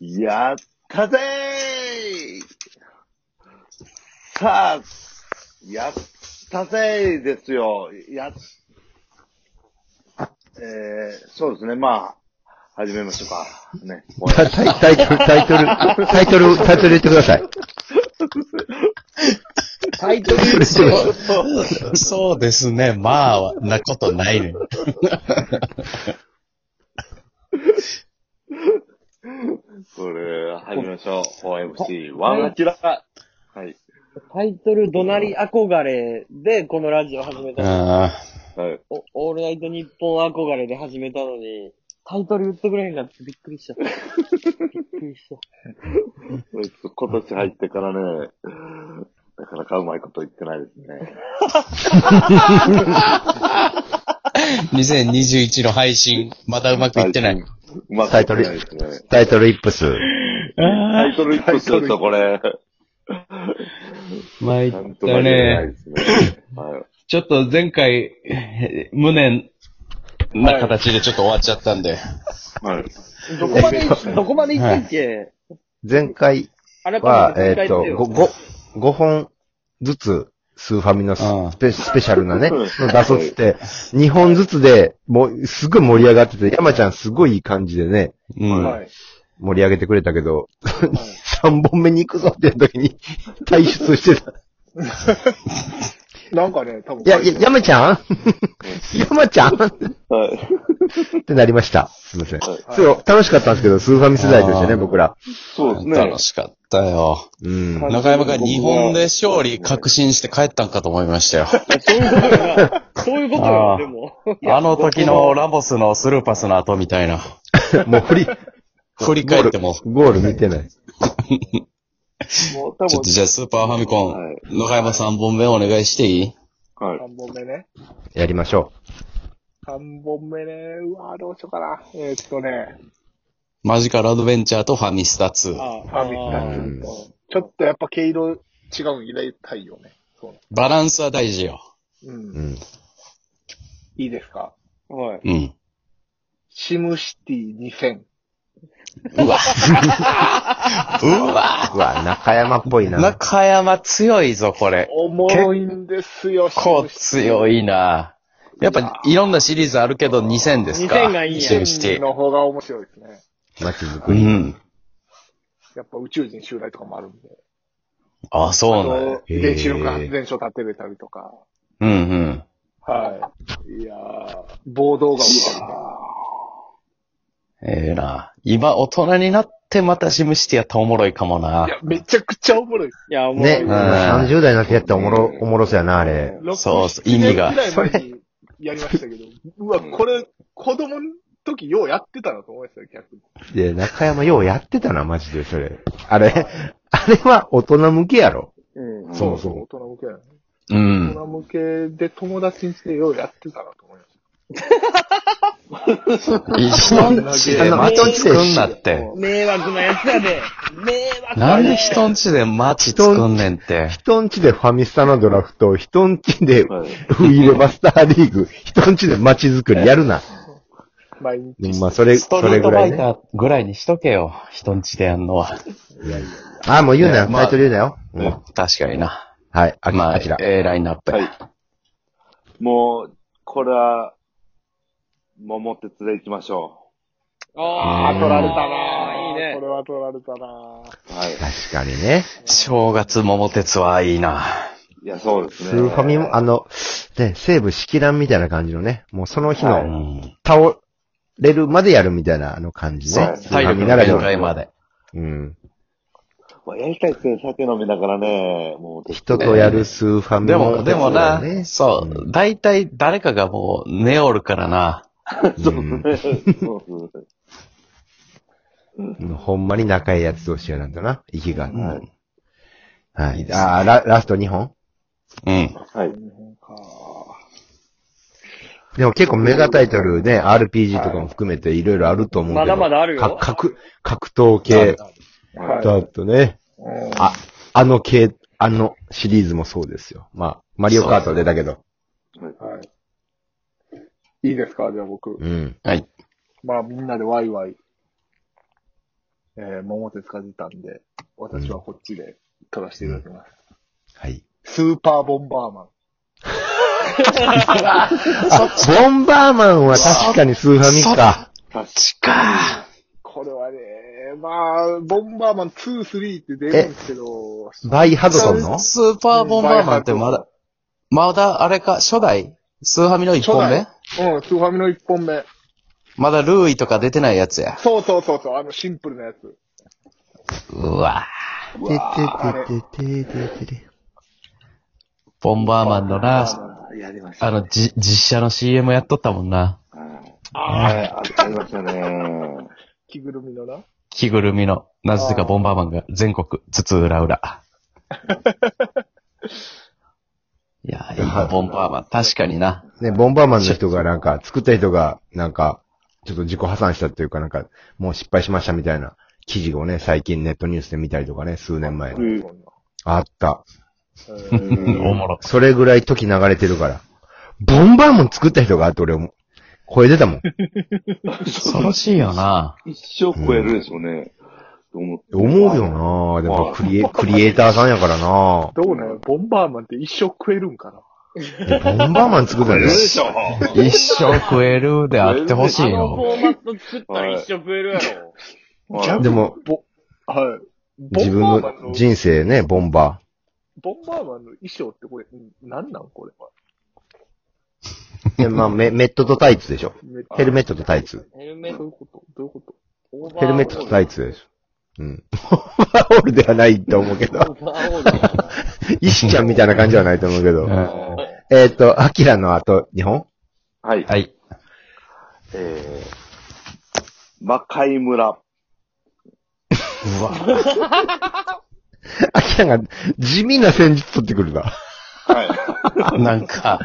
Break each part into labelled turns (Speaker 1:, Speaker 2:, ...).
Speaker 1: やったぜーさあ、やったぜーですよ。やっ、えー、そうですね、まあ、始めましょうか。ね。もう
Speaker 2: タタイタイトル、タイトル、タイトル、タイトル言ってください。
Speaker 3: タイトル
Speaker 2: それ言ってくださ
Speaker 4: そうですね。まあ、なことないね。
Speaker 1: これ、始めましょう。4MC1 アキラ。はい。
Speaker 3: タイトル、怒鳴り憧れで、このラジオ始め
Speaker 4: い。
Speaker 3: たの
Speaker 4: あ
Speaker 1: はい。
Speaker 3: おオールナイト日本憧れで始めたのに、タイトル言ってくれへんかった。びっく りした。びっくりした。
Speaker 1: 今年入ってからね、なかなかうまいこと言ってないですね。
Speaker 4: あ2021の配信、まだうまくいってない。
Speaker 1: うまく言ってないですね。
Speaker 2: タイトルイップス。
Speaker 1: タイトル一個するとこれ、
Speaker 4: 参
Speaker 1: ちゃんと間に合わない。ですね。はい。
Speaker 4: ちょっと前回、無念な形でちょっと終わっちゃったんで。
Speaker 1: はい。
Speaker 3: どこまで、どこまで行ってんけ、
Speaker 2: 前回
Speaker 3: 改
Speaker 2: は、
Speaker 3: め
Speaker 2: えっ、
Speaker 3: て振り返
Speaker 2: と
Speaker 3: って、よ。
Speaker 2: 5、5本ずつ、スーファミのス
Speaker 4: ああ
Speaker 2: ペスペシャルなね、の出そうっつって、2本ずつで、もう、すごい盛り上がってて、山ちゃんすごいいい感じでね、
Speaker 4: うん。
Speaker 3: はい。
Speaker 2: 盛り上げてくれたけど、3本目に行くぞっていう時に退出してた。
Speaker 5: なんかね、多分。
Speaker 2: いや、いや、山ちゃん山ちゃんっ
Speaker 1: はい。
Speaker 2: てなりました。すいません。
Speaker 1: はい
Speaker 2: そう、楽しかったんですけど、スーファミ世代として
Speaker 4: あ
Speaker 2: ね、
Speaker 4: あ
Speaker 2: 僕ら。
Speaker 1: そうですね。
Speaker 4: 楽しかったよ。
Speaker 2: うん。
Speaker 4: 中山が日本で勝利確信して帰ったんかと思いましたよ。
Speaker 3: そういうことよな。そういうこと
Speaker 4: あ
Speaker 3: よ、
Speaker 4: ー
Speaker 3: でも。
Speaker 4: あの時のラボスのスルーパスの後みたいな。
Speaker 2: もう振り、
Speaker 4: 振り返っても。
Speaker 2: ゴール見てない。
Speaker 5: もう多
Speaker 4: ちょっと、
Speaker 5: 分
Speaker 4: じゃあスーパーファミコ
Speaker 1: は
Speaker 4: ン、中山3本目お願いしていい
Speaker 1: はい。
Speaker 5: 3本目ね。
Speaker 2: やりましょ
Speaker 5: 3本目ね。うわぁ、どうしようかな。えーっとね、
Speaker 4: マジカルアドベンチャーとファミスタ2。
Speaker 3: あ
Speaker 5: ファミコ
Speaker 3: あ
Speaker 2: うん
Speaker 5: ンちょっとやっぱ毛色違うん入れたいよね。そ
Speaker 4: バランスは大事よ。
Speaker 5: う。
Speaker 2: う。
Speaker 5: うん。
Speaker 2: うん。
Speaker 5: いいですか
Speaker 3: ーはい。
Speaker 4: うん。
Speaker 5: シムシティ2000。
Speaker 4: うわうわ
Speaker 2: うわ、中山っぽいな。
Speaker 4: 中山強いぞ、これ。
Speaker 5: おもろいんですよ、
Speaker 4: こう強
Speaker 5: い。
Speaker 4: いな。やっぱ、いろんなシリーズあるけど、2000ですか
Speaker 3: 2000がいいんや
Speaker 4: シムシティ。
Speaker 5: の方が面白いですね。
Speaker 2: 街づく
Speaker 4: う
Speaker 2: り。
Speaker 4: ん。
Speaker 5: やっぱ宇宙人襲来とかもあるんで。
Speaker 4: あ、そう
Speaker 5: あ
Speaker 4: なんや
Speaker 5: と、
Speaker 2: へー
Speaker 5: 原子力発電所立てれたりとか。
Speaker 4: うんうん。
Speaker 5: はい。いやー、暴動が起きたりとか。。
Speaker 4: ええな。今、大人になってまたシムシティやったらおもろいかもない
Speaker 5: や、めちゃくちゃおもろい。
Speaker 3: いや、もう、
Speaker 2: ね、
Speaker 4: ん
Speaker 2: 30代になってやったらおもろ
Speaker 5: う、ん
Speaker 2: おもろそうやな、あれ。
Speaker 4: そうそう意味が
Speaker 5: 7年ぐらい前にやりましたけど、うわ、これ、子供の時ようやってたなと思いましたよ、逆に。
Speaker 2: いや、中山ようやってたな、マジで、それ。あれ、 あれは大人向けやろ。
Speaker 3: うん。
Speaker 2: そも
Speaker 5: う
Speaker 2: そ
Speaker 5: 大
Speaker 2: も。
Speaker 5: 人向けやね。
Speaker 4: う
Speaker 5: 大
Speaker 4: ん。
Speaker 5: 人向けで友達にしてようやってたなと思いまし
Speaker 4: 一人んちで街作んなって。
Speaker 3: 迷惑なやつやで。迷惑
Speaker 4: なん
Speaker 3: や
Speaker 4: で人んちで街作んねんって。
Speaker 2: 人んちでファミスタのドラフト、人んちで
Speaker 1: はい。
Speaker 2: ウイレバスターリーグ、人んちで街づくりやるな。
Speaker 5: た。毎日。
Speaker 2: でもまあ、それ、
Speaker 4: スト
Speaker 2: そ
Speaker 4: リ
Speaker 2: れ
Speaker 4: ー
Speaker 2: ぐ
Speaker 4: トフ
Speaker 2: ら
Speaker 4: ァ
Speaker 2: い
Speaker 4: イ
Speaker 2: ね。
Speaker 4: ターぐらいにしとけよ。人んちでやんのは。
Speaker 2: あ、もう言うなよ。
Speaker 4: ねまあ
Speaker 2: タイトル言うなよ。うん
Speaker 4: 確かにな。
Speaker 2: はい、あき
Speaker 4: まあ
Speaker 2: あきら、。
Speaker 4: ええラインナップ。
Speaker 1: はいもう、これは、桃鉄で行きましょ
Speaker 3: あ
Speaker 4: うん
Speaker 3: あ、取られた
Speaker 5: あ
Speaker 3: な。いい
Speaker 5: ー
Speaker 3: ね
Speaker 5: こ。れは取られたな
Speaker 1: う。はい。
Speaker 2: 確かにね。
Speaker 4: 正月桃鉄はいいな。
Speaker 1: いや、そうですね。
Speaker 2: スーファミも、あの、ね、西部式乱みたいな感じのね、もうその日
Speaker 4: う
Speaker 2: の
Speaker 4: ん。
Speaker 2: 倒れるまでやるみたいなあの感じ
Speaker 4: そ
Speaker 2: ね
Speaker 4: う。。体力
Speaker 2: 見
Speaker 4: の
Speaker 2: ならで
Speaker 4: 限
Speaker 2: は
Speaker 4: 界まで。
Speaker 2: うん。
Speaker 1: まあやりたいですね。酒飲みながらね、もう、
Speaker 2: 人とやるスーファミ
Speaker 4: でも、でもな、そ
Speaker 2: うん
Speaker 4: う、大体誰かがもう寝おるから
Speaker 2: う
Speaker 4: な。
Speaker 2: ん
Speaker 1: そうですね。そうですね
Speaker 2: うんほんまに仲いいやつ同士やなんだな、息が。
Speaker 4: うん
Speaker 2: はい。はい。あーラ、ラスト2本
Speaker 4: うん。
Speaker 1: はい。
Speaker 2: でも結構メガタイトルね、RPG とかも含めていろいろあると思うけど。
Speaker 3: まだまだあるよ
Speaker 2: か格、格闘系
Speaker 5: はい
Speaker 2: だとね、
Speaker 5: うん
Speaker 2: あ、あの系、あのシリーズもそうですよ。まあ、マリオカート出たけど。
Speaker 5: はい。いいですかじゃあ僕。
Speaker 2: うん。
Speaker 4: はい。
Speaker 5: まあみんなでワイワイえー、桃鉄かじたんで、私はこっちで撮らせていただきます。
Speaker 2: はい。
Speaker 5: スーパーボンバーマン。
Speaker 2: あ、ボンバーマンは確かにスーファミか。
Speaker 1: 確
Speaker 4: か。
Speaker 5: これはね、まあ、ボンバーマン2、3って出るんですけど、
Speaker 2: バイハドソンの
Speaker 4: スーパーボンバーマンってまだ、まだあれか、初代スーハミの一本目
Speaker 5: うん、スーファミの1本目。
Speaker 4: まだルーイとか出てないやつや。
Speaker 5: そうそうそう、そうあのシンプルなやつ。
Speaker 4: うわ
Speaker 5: うわー
Speaker 2: ててててててて。
Speaker 4: ボンバーマンのな、
Speaker 1: に。やりました。
Speaker 4: あの、じ、実写の CM やっとったもんな。
Speaker 1: あれあありましたね。
Speaker 5: 着ぐるみのな。
Speaker 4: 着ぐるみの、なぜかボンバーマンが全国、つつうらうら。 いや、今、ボンバーマン、確かにな。
Speaker 2: ね、ボンバーマンの人がなんか、作った人が、なんか、ちょっと自己破産したというか、なんか、もう失敗しましたみたいな記事をね、最近ネットニュースで見たりとかね、数年前
Speaker 5: そ
Speaker 2: に。
Speaker 5: んな
Speaker 2: あった。
Speaker 5: えー
Speaker 1: うん
Speaker 4: おもろ。
Speaker 2: それぐらい時流れてるから。ボンバーマン作った人があって俺も、声出たもん。
Speaker 4: 恐ろしいよな。
Speaker 1: 一生超えるでしょうね。思って
Speaker 2: 思うよなでもクリエ、クリエイターさんやからな
Speaker 5: どうなのボンバーマンって一生食えるんかな
Speaker 2: えボンバーマン作った
Speaker 1: 超え
Speaker 2: ん
Speaker 1: る
Speaker 2: だ
Speaker 1: で
Speaker 2: よ。
Speaker 1: しょ
Speaker 4: 一生食えるであってほし
Speaker 3: あ
Speaker 4: い
Speaker 3: のフ
Speaker 4: よ。
Speaker 3: ォーマット作ったら一生食えるやろ。
Speaker 1: はい
Speaker 2: でも、
Speaker 5: ぼ、はい。ボ
Speaker 2: 自
Speaker 5: ン
Speaker 2: 分
Speaker 5: バーマン
Speaker 2: の人生ね、ボンバ
Speaker 5: ボンバーマンの衣装ってこれ、んなんなんこれは。
Speaker 2: ー。いやまあ、メメットとタイツでしょ。
Speaker 5: めっちゃ
Speaker 2: ヘルメットとタイツ。
Speaker 3: ヘルメ
Speaker 5: ど
Speaker 3: ッ
Speaker 5: うい
Speaker 3: ト
Speaker 5: うことどういうこと
Speaker 3: オーバーオール、
Speaker 2: ヘルメットとタイツでしょ。うん。オーバーオールではないと思うけ
Speaker 3: オ
Speaker 2: ど。
Speaker 3: ーバーオール。
Speaker 2: 石ちゃんみたいな感じはないと思うけ
Speaker 4: う
Speaker 2: ど
Speaker 4: ん。は
Speaker 2: えっと、アキラの後、日本
Speaker 1: はい。
Speaker 4: い。
Speaker 1: えー、魔界村。
Speaker 4: う わ。
Speaker 2: アキラが地味な戦術取ってくるな。
Speaker 1: は
Speaker 4: なんか、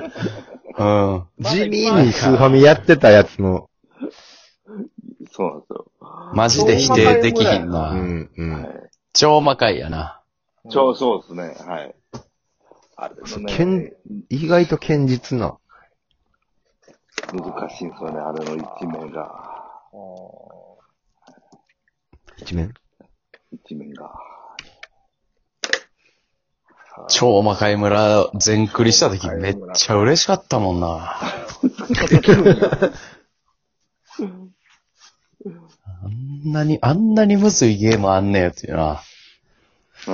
Speaker 4: うん。
Speaker 2: 地味にスーファミやってたやつの、
Speaker 1: い。そうなんですよ。
Speaker 4: マジで否定できひん
Speaker 2: う
Speaker 4: な。
Speaker 2: ん、う
Speaker 1: は
Speaker 2: ん。
Speaker 1: い。
Speaker 4: 超魔界やな。
Speaker 1: 超そうですね。はい。あれの
Speaker 2: けん
Speaker 1: ね、
Speaker 2: 意外と堅実な。
Speaker 1: 難しいんですよね、あれの一面が。
Speaker 2: 一面
Speaker 1: 一面が。
Speaker 4: 超魔界村全クリした時めっちゃ嬉しかったも んな。あんなに、あんなにむずいゲームあんねやっていうな。
Speaker 1: はい。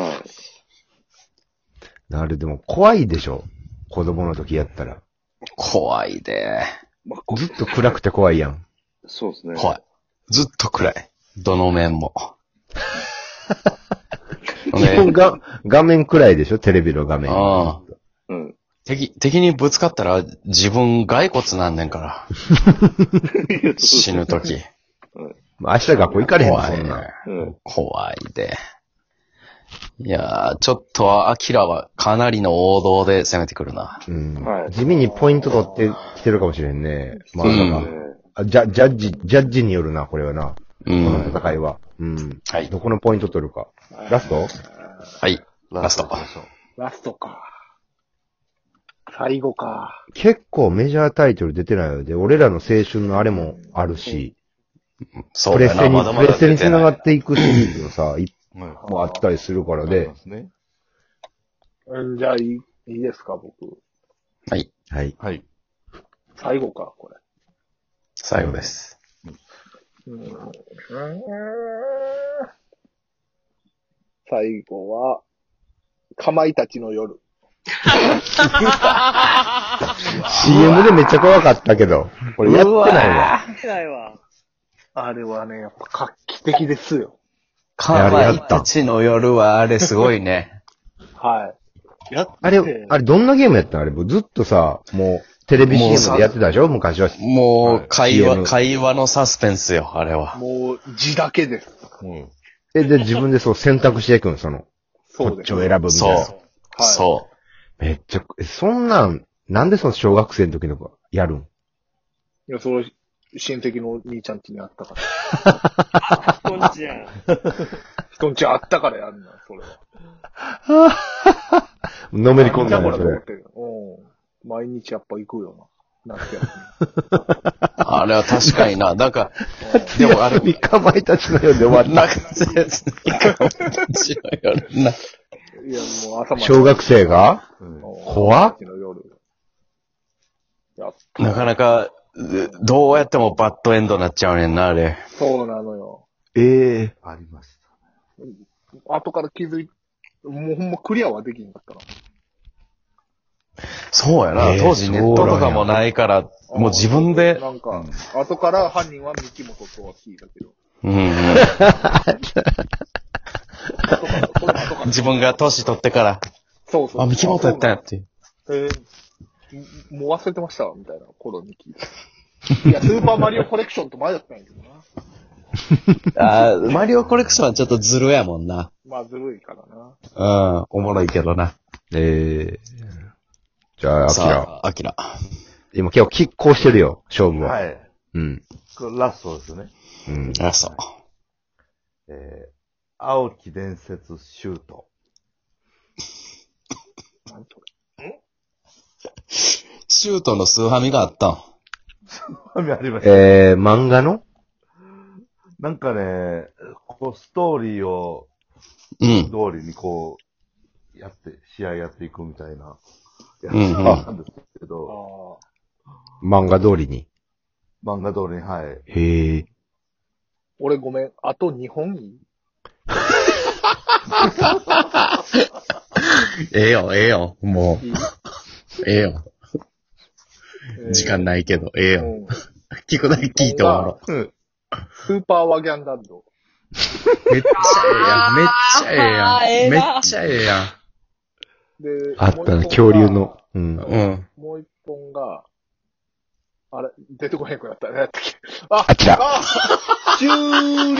Speaker 2: あれでも怖いでしょ。子供の時やったら。
Speaker 4: 怖いで。
Speaker 1: まあ、こ
Speaker 2: ずっと暗くて怖いやん。
Speaker 1: そうですね。
Speaker 4: 怖い。ずっと暗い。どの面 も。
Speaker 2: 基本が、画面暗いでしょテレビの画面。
Speaker 4: ああ
Speaker 1: うん。
Speaker 4: 敵、敵にぶつかったら自分骸骨なんねん から。死ぬとき。
Speaker 2: まあ明日学校行かれへんの、
Speaker 4: 怖
Speaker 2: そ
Speaker 4: い
Speaker 2: ん
Speaker 4: ね
Speaker 2: なん。。
Speaker 1: うん。
Speaker 4: 怖いで。いやー、ちょっとは、アキラはかなりの王道で攻めてくるな。
Speaker 2: うん
Speaker 1: はい
Speaker 2: 地味にポイント取ってきてるかもしれんね。まあ、
Speaker 4: う
Speaker 1: そう
Speaker 4: ん
Speaker 1: です
Speaker 2: なんか
Speaker 1: ね。
Speaker 2: あジャジャッジ、ジャッジによるな、これはな。
Speaker 4: う
Speaker 2: この
Speaker 4: ん。
Speaker 2: 戦いは。うん。
Speaker 4: はい
Speaker 2: ど。このポイント取るか。ラスト
Speaker 4: はい。ラスト。
Speaker 5: ラストか。最後か。
Speaker 2: 結構メジャータイトル出てないので、俺らの青春のあれもあるし、
Speaker 4: そ
Speaker 2: プ
Speaker 4: う
Speaker 2: レ
Speaker 4: だ
Speaker 2: ステ
Speaker 4: な、
Speaker 2: に、
Speaker 4: まだま
Speaker 2: プレ
Speaker 4: だ
Speaker 2: ステ
Speaker 4: 出
Speaker 2: に
Speaker 4: て
Speaker 2: 繋が
Speaker 4: ない。
Speaker 2: っていくシリーズの さ、一
Speaker 6: うん。
Speaker 2: 本あったりするからで
Speaker 6: そう。すね。
Speaker 5: うん、じゃあいい、いいですか、僕。
Speaker 4: はい。
Speaker 2: はい。
Speaker 6: はい。
Speaker 5: 最後か、これ。
Speaker 4: 最後です。
Speaker 5: うん、最後は、かまいたちの夜。
Speaker 2: CM でめっちゃ怖かったけど、これやってないわ。
Speaker 3: 見てないわ。
Speaker 5: あれはね、やっぱ画期的ですよ。
Speaker 4: かまいたちの夜はあれすご いね。
Speaker 5: はい。やっ
Speaker 2: あれ、あれどんなゲームやったのあれ、ずっとさ、もう、テレビ CM でやってたでしょ昔は。
Speaker 4: もう、会
Speaker 2: はい
Speaker 4: 話、会話のサスペンスよ、あれは。
Speaker 5: もう、字だけです。
Speaker 6: うん。
Speaker 2: え、で、自分でそう選択していくん、 その、こ
Speaker 5: そう
Speaker 2: っ
Speaker 5: で
Speaker 2: ち
Speaker 5: す。
Speaker 2: を選ぶみたいな。
Speaker 4: そ
Speaker 5: は
Speaker 4: う。
Speaker 5: い
Speaker 4: そ
Speaker 2: めっちゃ、えそんなん、なんでその小学生の時の子やるん
Speaker 5: いや、その、親戚の兄ちゃん家にあったから。
Speaker 3: こんちやん。
Speaker 5: 人ん家あったからやんな、それは。
Speaker 2: のめり込んだ
Speaker 5: なんんじ
Speaker 2: だそ
Speaker 5: ゃこれと思
Speaker 2: れ
Speaker 5: っ。てる。うん。毎日やっぱ行くよなってや
Speaker 4: あれは確か にな。なんか、
Speaker 5: つ。
Speaker 4: でもあれ、
Speaker 2: 三日前たちのようで終 わった。
Speaker 4: なんか、全 然違うよな。
Speaker 5: うんいや、もう朝まで。
Speaker 2: 小学生が怖っ
Speaker 5: っやっ
Speaker 4: なかなか、うどうやってもバッドエンドになっちゃうねんな、あれ。
Speaker 5: そうなのよ。
Speaker 2: ええありまし
Speaker 5: 後から気づいもうほんまクリアはできんかったな。
Speaker 4: そうやな。
Speaker 2: えー
Speaker 4: 当時ネットとかもないから、もう自分で、
Speaker 5: なんか、後から犯人は三木本とは聞いた けど。
Speaker 4: うん、
Speaker 5: 後から、これも後から
Speaker 4: 自分が年取ってから、
Speaker 5: そうそう。
Speaker 4: あ、三木本やったんやっていう。
Speaker 5: えーもう忘れてましたみたいな頃に聞いた。いや、スーパーマリオコレクションと前だったんやけどな。
Speaker 4: あーマリオコレクションはちょっとずるやもんな。
Speaker 5: まあ、ずるいからな。
Speaker 4: うん、おもろいけどな。
Speaker 2: ええじゃあ、アキ
Speaker 4: さ
Speaker 2: ラ。
Speaker 4: あ、アキラ。
Speaker 2: 今結構拮抗してるよ、勝負は。
Speaker 6: はい。
Speaker 2: うん。
Speaker 6: これラストですね。
Speaker 2: うん。
Speaker 4: ラスト。
Speaker 6: えー、青き伝説シュート。
Speaker 4: シュートの数ハミがあったん。
Speaker 6: ありました。
Speaker 2: ええ漫画の
Speaker 6: なんかね、こう、ストーリーを
Speaker 4: うん。
Speaker 6: 通りにこう、やって、試合やっていくみたいな、やつ
Speaker 4: うんうん
Speaker 6: なんですけ
Speaker 5: あ
Speaker 6: ど、
Speaker 5: あ。
Speaker 2: 漫画通りに。
Speaker 6: 漫画通りに、はい。
Speaker 2: へえ。
Speaker 5: 俺ごめん、あと2本いい
Speaker 4: ええよ、ええよ。も、
Speaker 5: いう
Speaker 4: ええよ。時間
Speaker 5: い。
Speaker 4: ないけど、ええ
Speaker 5: えー
Speaker 4: よ。
Speaker 5: うん
Speaker 4: 聞くだけ聞いて終わ ろう。
Speaker 5: スーパーワギャンランド。
Speaker 4: めっちゃええやん。めっちゃええやん。
Speaker 5: で、
Speaker 2: あった
Speaker 5: もう
Speaker 2: な、
Speaker 5: 一本が
Speaker 2: 恐竜の。。うん
Speaker 4: めっちゃ。ええやん。うん。
Speaker 5: もう一本が、あれ、出てこへんくなったね。あ、
Speaker 2: アキラ。
Speaker 5: あ終了